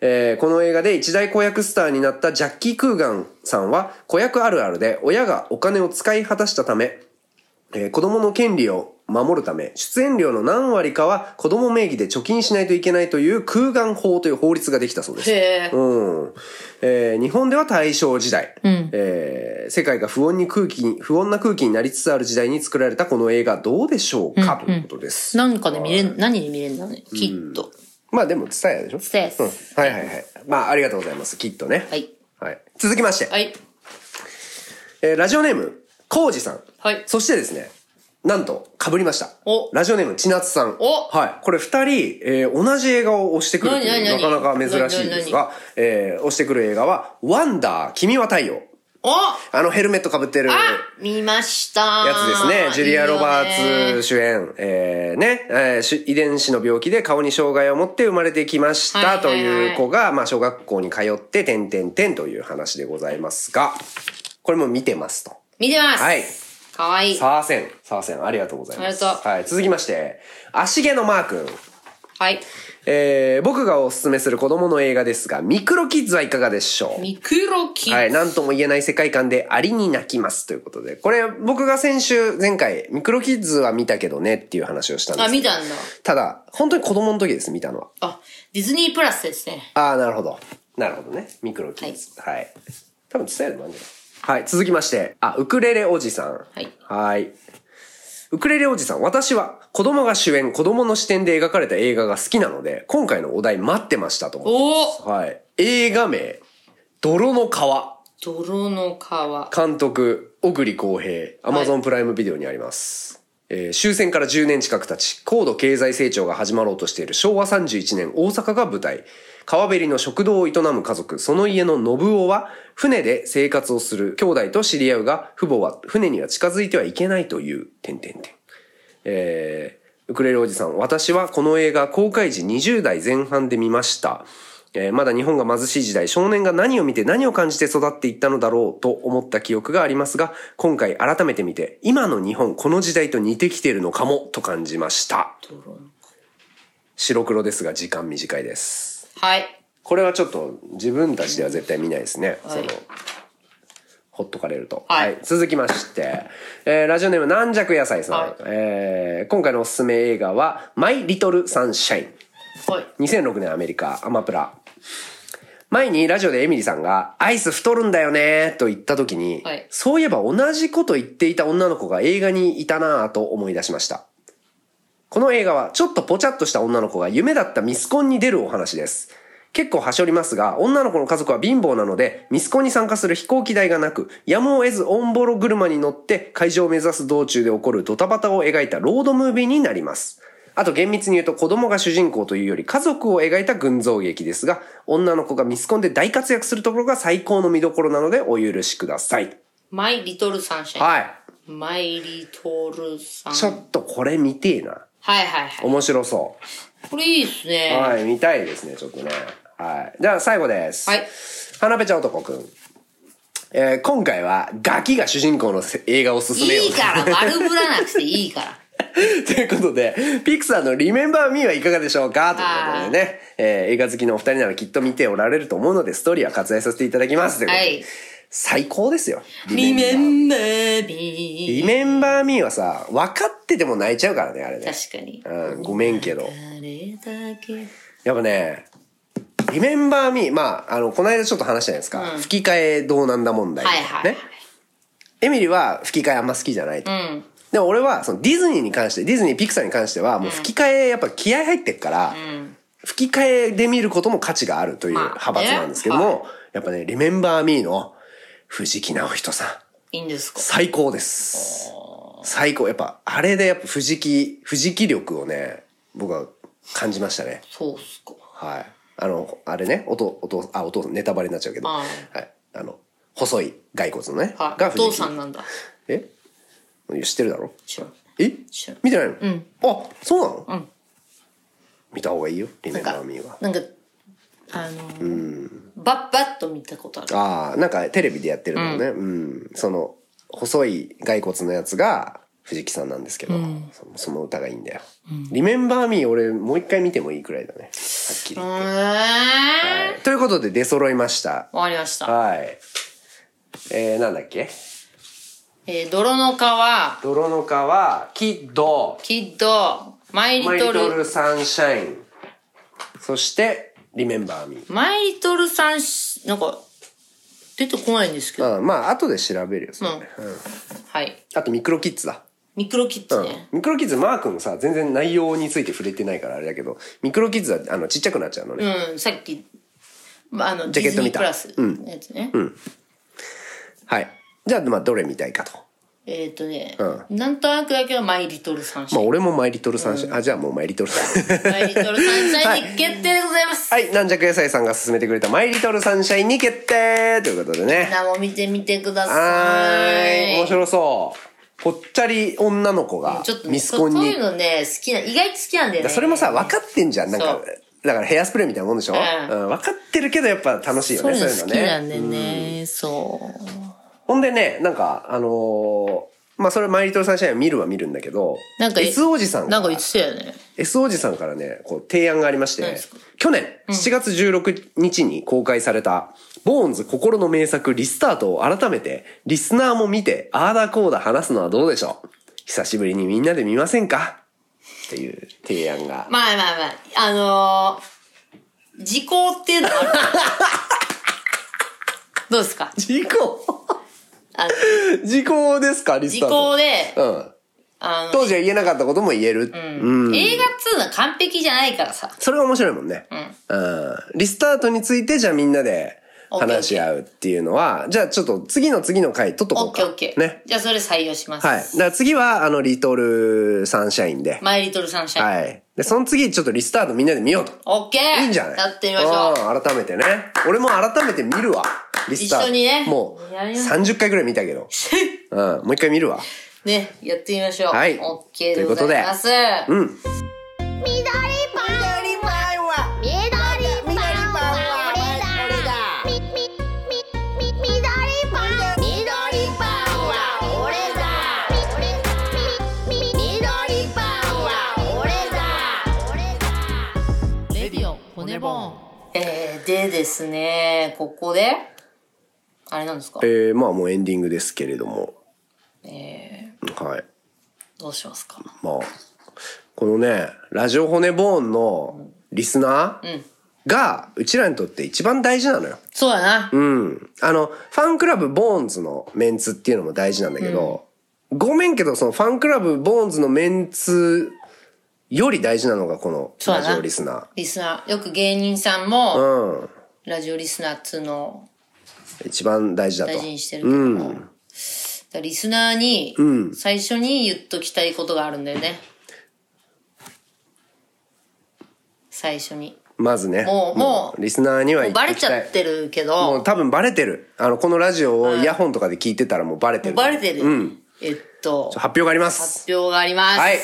S3: えーこの映画で一大子役スターになったジャッキー・クーガンさんは子役あるあるで親がお金を使い果たしたため、えー子供の権利を守るため、出演料の何割かは子供名義で貯金しないといけないという空眼法という法律ができたそうです。
S2: へー
S3: うんえー日本では大正時代、えー世界が不穏に空気に、不穏な空気になりつつある時代に作られたこの映画どうでしょうか、ということです。
S2: なんかで見れん、何で見れんだろうね。きっと。
S3: まあでも、伝えでしょ
S2: ツタヤです
S3: うんはいはいはい。まあ、ありがとうございます。きっとね。
S2: はい。
S3: はい続きまして、
S2: はい。
S3: えーラジオネーム、コウジさん。
S2: はい
S3: そしてですね、なんと、被りました。
S2: お
S3: ラジオネーム、千夏さん。
S2: お
S3: はい。これ二人、えー同じ映画を押してくると
S2: 何
S3: いう、
S2: 何
S3: なかなか珍しいですが、えー押してくる映画は、ワンダー、君は太陽。
S2: おあ
S3: あのヘルメットかぶってるや
S2: 見ました
S3: つですね。ジュリア・ロバー
S2: ツ。
S3: ツ主演。えーね、えーし遺伝子の病気で顔に障害を持って生まれてきまし
S2: はいはい
S3: た
S2: はい
S3: という子が、まあ小学校に通って、てんてんてんという話でございますが、これも見てますと。
S2: 見てます。
S3: はい。
S2: かわいい。
S3: サーセン、サーセン、ありがとうございます。
S2: ありがと
S3: はい、続きまして、足毛のマー君。
S2: はい。
S3: えー、僕がおすすめする子供の映画ですが、ミクロキッズはいかがでしょう
S2: ミクロキ
S3: はい、なんとも言えない世界観でありに泣きますということで。これ、僕が先週、前回、ミクロキッズは見たけどねっていう話をしたんです
S2: あ、見
S3: けど
S2: たんだ。
S3: ただ、本当に子供の時です、見たのは。
S2: あ、ディズニープラスですね。
S3: ああ、なるほど。なるほどね。ミクロキッズ。はい。多分伝えるもあるんじゃないはい、続きまして。あ、ウクレレおじさん。
S2: はい
S3: はい。ウクレレおじさん、私は子供が主演、子供の視点で描かれた映画が好きなので、今回のお題待ってましたと思ってます。はい。映画名、泥の川。
S2: 泥の川。
S3: 監督、小栗浩平、アマゾンプライムビデオにあります。えー終戦から10年近く経ち、高度経済成長が始まろうとしている昭和31年大阪が舞台。川べりの食堂を営む家族、その家の信夫は、船で生活をする兄弟と知り合うが、父母は船には近づいてはいけないという、点々点。えーウクレレおじさん、私はこの映画公開時20代前半で見ました。えーまだ日本が貧しい時代、少年が何を見て何を感じて育っていったのだろうと思った記憶がありますが、今回改めて見て、今の日本、この時代と似てきているのかもと感じました。白黒ですが時間短いです。
S2: はい。
S3: これはちょっと自分たちでは絶対見ないですね。
S2: はい
S3: そのほっとかれると。
S2: はい
S3: 続きまして、えーラジオネーム軟弱野菜さん、
S2: はい
S3: えー今回のおすすめ映画は、マイ・リトル・サンシャイン。
S2: はい。
S3: 2006年アメリカ、アマプラ。前にラジオでエミリさんが、アイス太るんだよねと言った時に、
S2: はい
S3: そういえば同じこと言っていた女の子が映画にいたなぁと思い出しました。この映画はちょっとぽちゃっとした女の子が夢だったミスコンに出るお話です。結構はしょりますが、女の子の家族は貧乏なので、ミスコンに参加する飛行機代がなく、やむを得ずオンボロ車に乗って会場を目指す道中で起こるドタバタを描いたロードムービーになります。あと厳密に言うと子供が主人公というより家族を描いた群像劇ですが、女の子がミスコンで大活躍するところが最高の見どころなのでお許しください。
S2: マイリトルサンシャイン。
S3: はい。
S2: マイリトルサン。
S3: ちょっとこれ見てえな。
S2: はいはいはい。
S3: 面白そう。
S2: これいいですね。
S3: はい、見たいですね、ちょっとね。はい。じゃあ最後です。
S2: はい。
S3: 花ぺちゃ男くん。えー今回はガキが主人公のせ映画を進めよう。
S2: いいから、悪ぶらなくていいから。
S3: ということで、ピクサーのリメンバーミーはいかがでしょうかということでね、えー映画好きのお二人ならきっと見ておられると思うので、ストーリーは割愛させていただきます。ということで
S2: はい
S3: 最高ですよ。
S2: リメ
S3: バー。
S2: ンバービ
S3: リメンバーミーはさ、分かってても泣いちゃうからね、あれ
S2: ー。
S3: ね。
S2: 確かに。
S3: うん、ごめんけど。
S2: 誰だけ。
S3: やっぱね、リメンバーミー、まあ、あの、この間ちょっと話したじゃないですか。
S2: うん
S3: 吹き替えどうなんだ問題。
S2: はいはい。
S3: ね。エミリは吹き替えあんま好きじゃないと。
S2: うん。
S3: でも俺は、そのディズニーに関して、ディズニー、ピクサーに関しては、もう吹き替えやっぱ気合入ってっから、吹き替えで見ることも価値があるという
S2: まあ
S3: 派閥なんですけども、
S2: ね
S3: やっぱね、リメンバーミーの藤木直人さん、
S2: いいんですか
S3: 最高です。最高。やっぱ、あれでやっぱ藤木、藤木力をね、僕は感じましたね。
S2: そうっすか。
S3: はい。あの、あれね、おと、おと、あ、お父さん、ネタバレになっちゃうけど、
S2: あ
S3: はい。あの、細い骸骨のね、
S2: は
S3: が
S2: い。お
S3: 藤木
S2: 父さんなんだ。
S3: え知ってるだろ
S2: 知らん。
S3: え
S2: 知らん
S3: 見てないのうん。あ、そうなの
S2: ん
S3: 見た方がいいよ、リメンバーミーは。
S2: なんか、あのー、バッバッと見たことある。
S3: ああ、なんかテレビでやってるのね、うん、その、細い骸骨のやつが、藤木さんなんですけど、そのその歌がいいんだよ。リメンバーミー俺もう一回見てもいいくらいだね。はっきり。
S2: うーん。
S3: はいということで出揃いました。
S2: わかりました。
S3: はい。えー、なんだっけ
S2: えー、泥の川、
S3: 泥の川、キッド、
S2: キッド、マイリ
S3: マイ
S2: ト
S3: リト
S2: ル、
S3: ルサンシャイン、そして、リメンバーミー。
S2: マイリトルさんし、なんか、出てこないんですけど。
S3: うん、まあ、後で調べるよ、それね
S2: はい。
S3: あと、ミクロキッズだ。
S2: ミクロキッ
S3: う
S2: ズ
S3: ん
S2: ね。
S3: ミクロキッズ、マー君さ、全然内容について触れてないからあれだけど、ミクロキッズは、あの、ちっちゃくなっちゃうのね。
S2: うん、さっき、まああの、
S3: ジ
S2: ディ
S3: ャケッ
S2: ズ
S3: ト
S2: ニ
S3: 見
S2: ープ
S3: た
S2: ラスのやつね。
S3: はい。じゃあ、まあ、どれ見たいかと。
S2: えっ、とね、なんとなくだけど、マイリトルさんし
S3: まあ、俺もマイリトルサンシャイン、あ、じゃあもうマイリトル サンシャイン。
S2: マイリトルさんに決定でございます。
S3: はい、軟弱野菜さんが勧めてくれたマイリトルサンシャインに決定ということで
S2: み
S3: ね
S2: ん。なも見てみてくださ。
S3: はいーい。面白そう。ぽっちゃり女の子が
S2: ちょっと、ね、
S3: ミスコン
S2: そうそう
S3: に
S2: いう。のね、好きな、意外と好きなんだよね。
S3: それもさ、分かってんじゃん。なん
S2: そ
S3: か
S2: う、
S3: だからヘアスプレーみたいなもんでしょ、
S2: う
S3: うんん、分かってるけどやっぱ楽しいよね、そういう
S2: そういうの好
S3: のね。
S2: きなんだよね。そう。
S3: ほんでね、なんか、あのーまあ、それマイリトルサンシャインは見るは見るんだけど、
S2: なんか、
S3: S おじさん
S2: な
S3: が
S2: んか言ってたよね。
S3: S おじさんからね、こう提案がありまし
S2: 何
S3: て
S2: ですか、
S3: 去年7月16日に公開された、ボーンズ心の名作リスタートを改めて、リスナーも見て、あーだこーだ話すのはどうでしょう久しぶりにみんなで見ませんかっていう提案 が。
S2: まあまあまあ、あのー、時効っていうのはある。どうですか
S3: 時効
S2: あの
S3: 時効ですかリス
S2: 時
S3: タート。
S2: 効で、
S3: 効うん。
S2: あの、
S3: 当時は言えなかったことも言える。うん
S2: 映画っつうのは完璧じゃないからさ。
S3: それが面白いもんね。うん。リスタートについて、じゃあみんなで、
S2: オッケー
S3: 話し合うっていうのは、じゃあちょっと次の次の回取っと
S2: オ
S3: こう
S2: ッケ
S3: か。
S2: ーオッケー。
S3: ね。
S2: じゃあそれ採用します。
S3: はい。だから次は、あの、リトルサンシャインで。
S2: マイリトルサンシャイン。
S3: はい。で、その次、ちょっとリスタートみんなで見ようと。
S2: オッケー
S3: いいんじゃない
S2: やってみましょう。
S3: うん改めてね。俺も改めて見るわ。リスタート。
S2: 一緒にね
S3: もう、
S2: やりましょ
S3: 30回ぐらい見たけど。うん、もう一回見るわ。
S2: ね、やってみましょう。
S3: はい
S2: オッケーでございます。
S3: うん。
S4: 緑パンは緑パンは俺だみみみみ緑パン緑パンは俺だみみみみ緑パンは俺だ俺だ
S2: レビオ骨ボーン。えー、でですね、ここで、あれなんですか
S3: えー、まあもうエンディングですけれども。はい。
S2: どうしますか
S3: まあ、このね、ラジオ骨ボーンのリスナーが、うちらにとって一番大事なのよ。
S2: そうやな。
S3: うん。あの、ファンクラブボーンズのメンツっていうのも大事なんだけど、ごめんけど、そのファンクラブボーンズのメンツより大事なのがこの
S2: そう
S3: ラ
S2: だな
S3: ジオリスナ
S2: リスナー。よく芸人さんも、
S3: ー。うん。
S2: ラジオリスナーっつうのを
S3: 一番大事だと。
S2: 大事にしてるけども、だからリスナーに最初に言っときたいことがあるんだよね、最初に
S3: まずね。
S2: もうもう
S3: リスナーに
S2: も
S3: は言
S2: う
S3: っ
S2: バレ
S3: とき
S2: ち
S3: たい
S2: ゃってるけ
S3: も
S2: ど
S3: う多分バレてる。あの、このラジオをイヤホンとかで聞いてたらもうバレてる。
S2: バレてる、
S3: うん。
S2: えっと
S3: 発表がありま
S2: 発
S3: す。
S2: 表があります、
S3: はい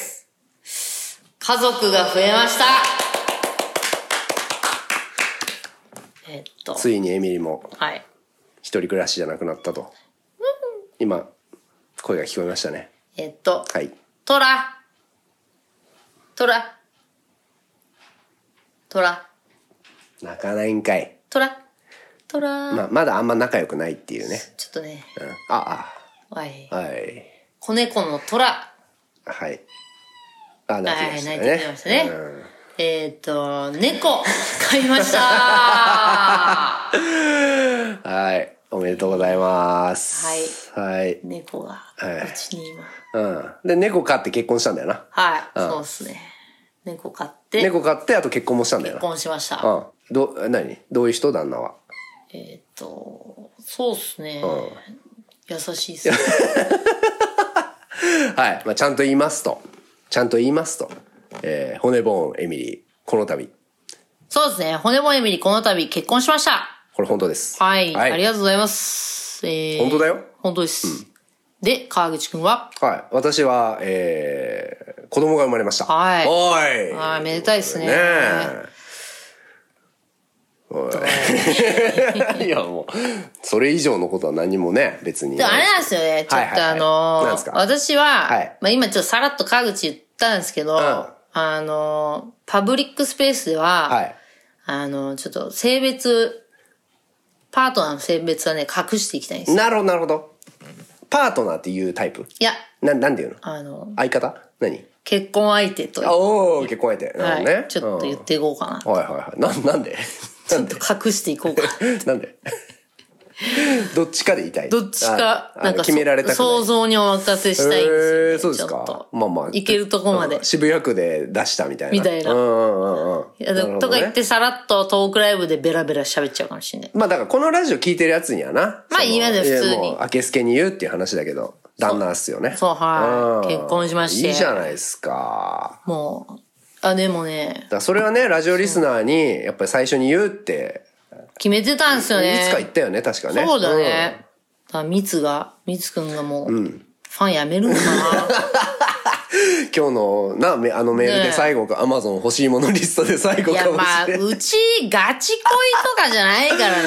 S2: 家族が増えましたえっと
S3: ついにエミリも
S2: はい
S3: 一人暮らしじゃなくなったと。今、声が聞こえましたね。
S2: えっと
S3: はい。
S2: トラトラトラ
S3: 泣かないんかい。
S2: トラトラ、
S3: まあ、まだあんま仲良くないっていうね。
S2: ちょっとね
S3: うん、あ、
S2: はい
S3: あ、はい。
S2: 子猫の虎
S3: はい。あ、泣きましたね。
S2: はい泣いてきましたね
S3: うん
S2: えっ、と 猫買いましたは
S3: はい。おめでとうございます。はい。はい
S2: い。猫が
S3: はいう
S2: ちに今
S3: うん。で、猫飼って結婚したんだよな。
S2: はい、
S3: うん
S2: そうっすね猫買って
S3: 猫飼って、あと結婚もしたんだよ
S2: 結
S3: な。
S2: 婚しました、
S3: うん。ど、何どういう人旦那は。
S2: えっ、とそうっすね、
S3: う
S2: 優しいっすね
S3: はい。まあ、ちゃんと言いますと。ちゃんと言いますと。えー、骨ボーン、エミリー、この度。
S2: そうですね骨もエミリこの度結婚しました
S3: これ本当です。
S2: はい、
S3: はい。
S2: ありがとうございます、えー
S3: 本当だよ
S2: 本当です、で川口くんは
S3: はい。私は、えー、子供が生まれました。
S2: はい
S3: おーい。
S2: はいめでたいっすね
S3: ねえ。お い。いや、もう、それ以上のことは何もね、別に。
S2: でもあれなんですよね。ちょ
S3: はい
S2: っ
S3: はい
S2: と
S3: はい
S2: あの
S3: なんですか
S2: ー、私は、
S3: はい
S2: まあ今ちょっとさらっと川口言ったんですけど、
S3: ん
S2: あのー、パブリックスペースでは、
S3: はい。
S2: あのー、ちょっと性別、パートナーの性別はね、隠していきたいんですよ。
S3: なるほど、なるほど。パートナーっていうタイプ。
S2: いや、
S3: な、なんていうの
S2: あのー、
S3: 相方何
S2: 結婚相手と、
S3: あ、おー、結婚相手。な
S2: は
S3: るほ
S2: い、
S3: どね。
S2: ちょっと言っていこうかな。
S3: うん。はいはいはい。なん、な んでなんで
S2: 隠していこうかな。
S3: なんでどっちかでいたい。
S2: どっちか
S3: あ、あの
S2: なんかそ
S3: 決められたくない。
S2: 想像にお任せしたいんですよ、ね。
S3: えーそうです
S2: ちょっ
S3: か
S2: と。
S3: まあまあ。
S2: いけるとこまで
S3: うん渋谷区で出したみたいな。
S2: みたいな
S3: うんうんうんうん。
S2: いや
S3: なるほどね
S2: とか言って、さらっとトークライブでベラベラ喋っちゃうかもしれない。
S3: まあだからこのラジオ聞いてるやつにはな。
S2: まあ
S3: その
S2: 言いますよ普通に
S3: いやもう、明けすけに言うっていう話だけど、旦那っすよね。
S2: そうはい
S3: うん
S2: 結婚しまして
S3: いいじゃないですか。
S2: もう、あ、でもね
S3: だ、からそれはね、ラジオリスナーに、やっぱり最初に言うって、
S2: 決めてたんですよね。
S3: いつか言ったよね、確かね。
S2: そうだね。だからミツが、ミツくんがもう、ファンやめるの かな
S3: うん。今日の、な、めあのメールで最後か、アマゾン欲しいものリストで最後
S2: い
S3: か
S2: や、
S3: も
S2: まあ、
S3: しれない。
S2: うち、ガチ恋とかじゃないから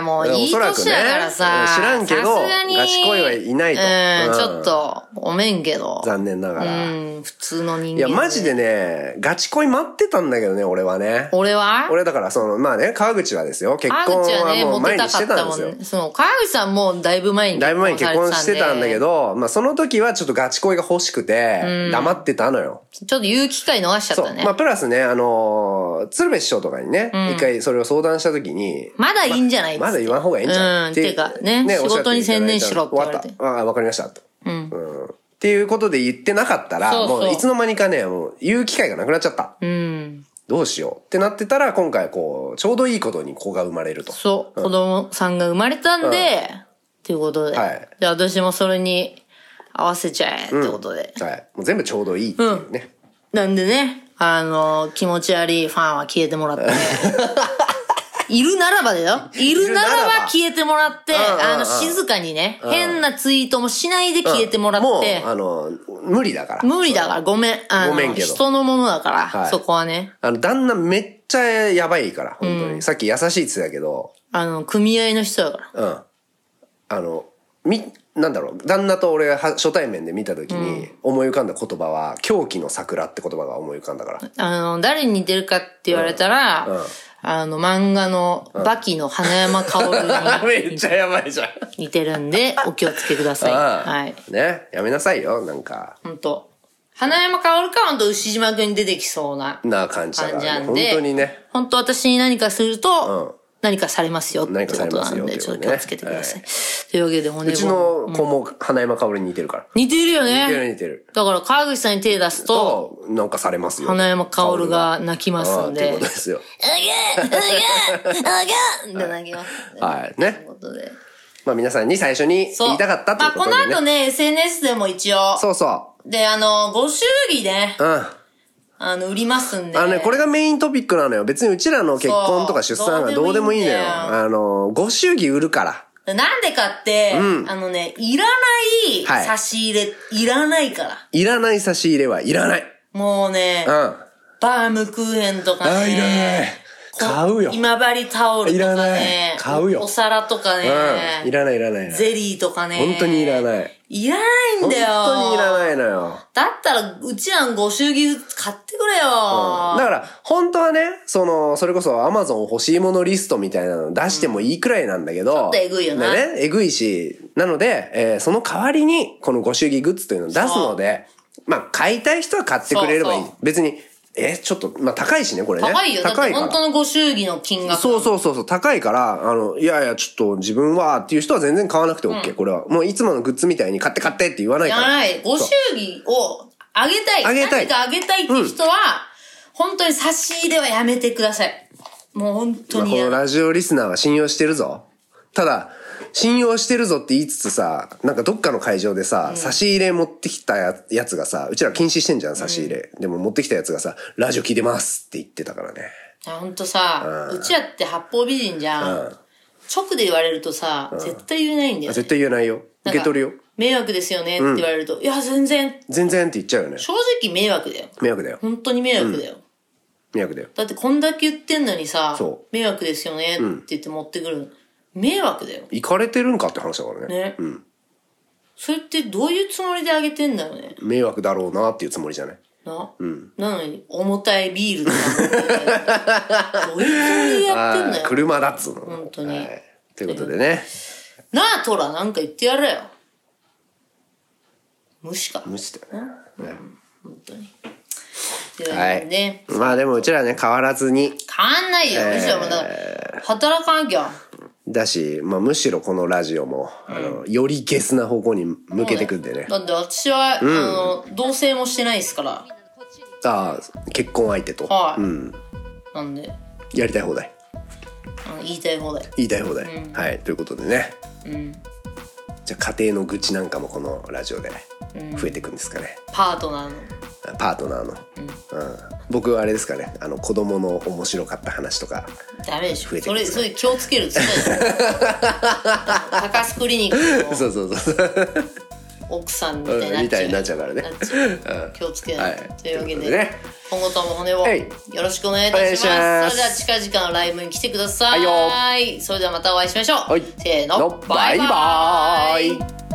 S2: ね。もう、いい
S3: おそら
S2: 年
S3: くね
S2: だからさ。
S3: 知らんけど
S2: さすがに
S3: ガチ恋はいないと
S2: うん、
S3: う
S2: ちょ
S3: ん
S2: っと、ごめんけど。
S3: 残念ながら。
S2: うん、普通の人間。
S3: いや、マジ。でね、ガチ恋待ってたんだけどね、俺はね。
S2: 俺は
S3: 俺だから、その、まあね、川口はですよ、結
S2: 川
S3: 婚
S2: 口は
S3: は
S2: ね、
S3: もう
S2: モテ
S3: 前に
S2: た
S3: し
S2: か
S3: て
S2: ったた
S3: んで
S2: も
S3: すよ
S2: ん。ね。その、川口さんもだいぶ前に
S3: だいぶ前に結婚
S2: さ
S3: して
S2: れ
S3: たんだけ。ど、まあその時はちょっとガチ恋が欲しくて、黙ってたのよ。
S2: ちょっと言う機会逃しちゃっ
S3: そ
S2: た
S3: う。
S2: ね。
S3: まあプラスね、あのー鶴瓶師匠とかにね、一回それを相談した時に、
S2: まだいいんじゃない
S3: まだ言わん方がいいんじゃん。
S2: うんてかね仕事に専念しろって言われて
S3: 終わった。ああ、わかりました。と。うんっていうことで言ってなかったら、
S2: そうそう
S3: もういつの間にかね、もう言う機会がなくなっちゃった。
S2: うん。
S3: どうしようってなってたら、今回こう、ちょうどいいことに子が生まれると。
S2: そう、子供さんが生まれたんで、っていうことで。
S3: はい
S2: で、私もそれに合わせちゃえってことで。
S3: はい。もう全部ちょうどいいっていうね。
S2: なんでね、あの、気持ち悪いファンは消えてもら って。いるならばだよ。いるなら
S3: いるなら
S2: ば
S3: ば
S2: 消えてもらって、
S3: んうんうん
S2: あの、静かにね、変なツイートもしないで消えてもらっ
S3: もう
S2: て、、
S3: あの、無理だから。
S2: 無理だから、ごめん。あの
S3: ごめんけど
S2: 人のものだから、
S3: はい
S2: そこはね。
S3: あの、旦那めっちゃやばいから、本当に。さっき優しいって言ってたけど、
S2: あの、組合の人だから。
S3: うん。あの、み、なんだろう、旦那と俺がは初対面で見た時に思い浮かんだ言葉は、狂気の桜って言葉が思い浮かんだから。
S2: あの、誰に似てるかって言われたら、
S3: うんうん
S2: あの、漫画のバキの花山薫
S3: め
S2: に
S3: っちゃやばいじゃん。
S2: 似てるんで、お気をつけください。はい。
S3: い。ね、やめなさいよ、なんか、
S2: ほんと。花山薫か、ほんと牛島君に出てきそうな。
S3: な感じだか
S2: 感
S3: ら、
S2: じなん
S3: 本
S2: で
S3: 当にね。
S2: ほんと私に何かすると、
S3: うん
S2: 何かされますよって
S3: 何
S2: こ
S3: かされ
S2: と
S3: ま
S2: な
S3: す
S2: ん
S3: よ
S2: で、
S3: って
S2: ち
S3: こ
S2: ょっ
S3: と
S2: と
S3: ね
S2: 気をつけてください。というわけで、骨
S3: うち
S2: も。
S3: の子も花山薫に似てるから。
S2: 似てるよね。
S3: 似てる似てる。
S2: だから、川口さんに手出すと、
S3: と、なんかされますよ。
S2: 花山薫が泣きます
S3: ああ
S2: ん
S3: という
S2: で
S3: こと、ですよ。
S2: うげうげうげって泣きますんで。
S3: はい。ね
S2: という。ことで。
S3: まあ皆さんに最初に
S2: そう。
S3: 言いたかったということでね。
S2: まあ、この後ね、SNS でも一応。
S3: そうそ
S2: で、あの、ご祝儀ね、
S3: う。うん。
S2: あの、売りますんで。
S3: あのね、これ
S2: が、
S3: がメイントピックなのよ。別にうちらの結婚とか出産は
S2: そう
S3: どうでもいいのよ。
S2: どうでもいいんだ
S3: あの、ご祝儀売るから。
S2: なんでかって、あのね、いらない
S3: はい
S2: 差し入れ、い、らないから。
S3: いらない差し入れはいらない。
S2: もうね
S3: うん。、あ、
S2: バームクーヘンとかね。
S3: あいらない
S2: こ。
S3: 買うよ。
S2: 今治タオルとかね。
S3: いらない買うよ
S2: お皿とかね。
S3: うん。いらないいらないいらない。
S2: ゼリーとかね。
S3: 本当にいらない。
S2: いらないん
S3: 本
S2: だよ。
S3: 当にいらないのよ。
S2: だったら、うちらのご祝儀買ってくれよ。
S3: だから、本当はね、その、それこそアマゾン欲しいものリストみたいなの出してもいいくらいなんだけど。ちょ
S2: っとえぐいよな
S3: ね、えぐいし。なので、えーその代わりに、このご祝儀グッズというのを出すので、まあ、買いたい人は買ってくれればいい。
S2: そうそ
S3: 別に、えーちょっと、まあ、高いしね、これね。
S2: 高いよ。だって
S3: か
S2: 本当
S3: ら。
S2: のご祝儀の金額。
S3: そうそうそうそう、高いから、あの、いやいや、ちょっと自分は、っていう人は全然買わなくて OK、これは。もういつものグッズみたいに買って買ってって言わない
S2: い
S3: からら。
S2: ない。ご祝儀をあげたい。
S3: あげた
S2: 何
S3: い
S2: かあげたいって人は、本当に差し入れはやめてください。もう本当
S3: まあ
S2: に
S3: こ
S2: や
S3: の
S2: だ。
S3: ラジオリスナーは信用してるぞ。ただ、信用してるぞって言いつつさ、なんかどっかの会場でさ、差し入れ持ってきたややつがさ、うちら禁止してんじゃん、差し入れ。でも持ってきたやつがさ、ラジオ聞いてますって言ってたからね。
S2: 本当さ、うちらって八方美人じゃん。直で言われるとさ、絶対言えないんだよ、ね。
S3: 絶対言えないよ。受け取るよ
S2: なん。か迷惑ですよねって言われると、いや、全然、
S3: 全然って言っちゃうよね。
S2: 正直迷惑だよ。
S3: 迷惑だよ。
S2: 本当に迷惑だよ。
S3: 迷惑だよ。
S2: だってこんだけ言ってんのにさ
S3: そ、
S2: 迷惑ですよねって言って持ってくるの。迷惑だよ。
S3: 行かれてるんかって話だからね。
S2: ね。それってどういうつもりであげてんだろうね。
S3: 迷惑だろうなっていうつもりじゃない。
S2: な。なのに、重たいビールとか飲 んで。どういうつもりでやってんだ
S3: あー
S2: よ。
S3: 車だっつうの。
S2: 本当に
S3: はいということでね。
S2: なあ、トラ、なんか言ってやれよ。無視か。
S3: 無視だよね。
S2: 本当に。で
S3: はい
S2: ね。
S3: まあでもうちらね、変わらずに。
S2: 変わんないよ。むしろ、だから、働かなきゃ。
S3: だし、まあ、むしろこのラジオも、あのよりゲスな方向に向けてくんでね
S2: だって私は、あの、同棲もしてないですから。
S3: ああ結婚相手と、
S2: はい
S3: うん、
S2: なんで、
S3: やりたい放題
S2: あの言いたい放題。
S3: 言いたい放題、はいということでね
S2: うん。
S3: じゃあ家庭の愚痴なんかもこのラジオで増えていくんですかね、
S2: パートナーの。
S3: パートナーの、うん僕はあれですかねあの子供の面白かった話とか
S2: ダメでし
S3: 増
S2: ょ。
S3: えて
S2: そ
S3: く
S2: れ、
S3: る
S2: それ気をつけるって言 ったじゃん高須クリニックの
S3: そうそうそう
S2: 奥さんみたいになっ
S3: み
S2: ち
S3: た
S2: ゃ
S3: いになっ
S2: う。
S3: ちゃうからね
S2: なっちゃう気をつけないと。
S3: はい
S2: というわけ
S3: という
S2: で、
S3: ことでね
S2: 今後とも骨を
S3: はい
S2: よろしくお願いいたします。
S3: お願
S2: そ
S3: いします
S2: れでは近々のライブに来てください。
S3: はいよ
S2: それではまたお会いしましょう。
S3: はい
S2: せーの、
S3: のバイバーイ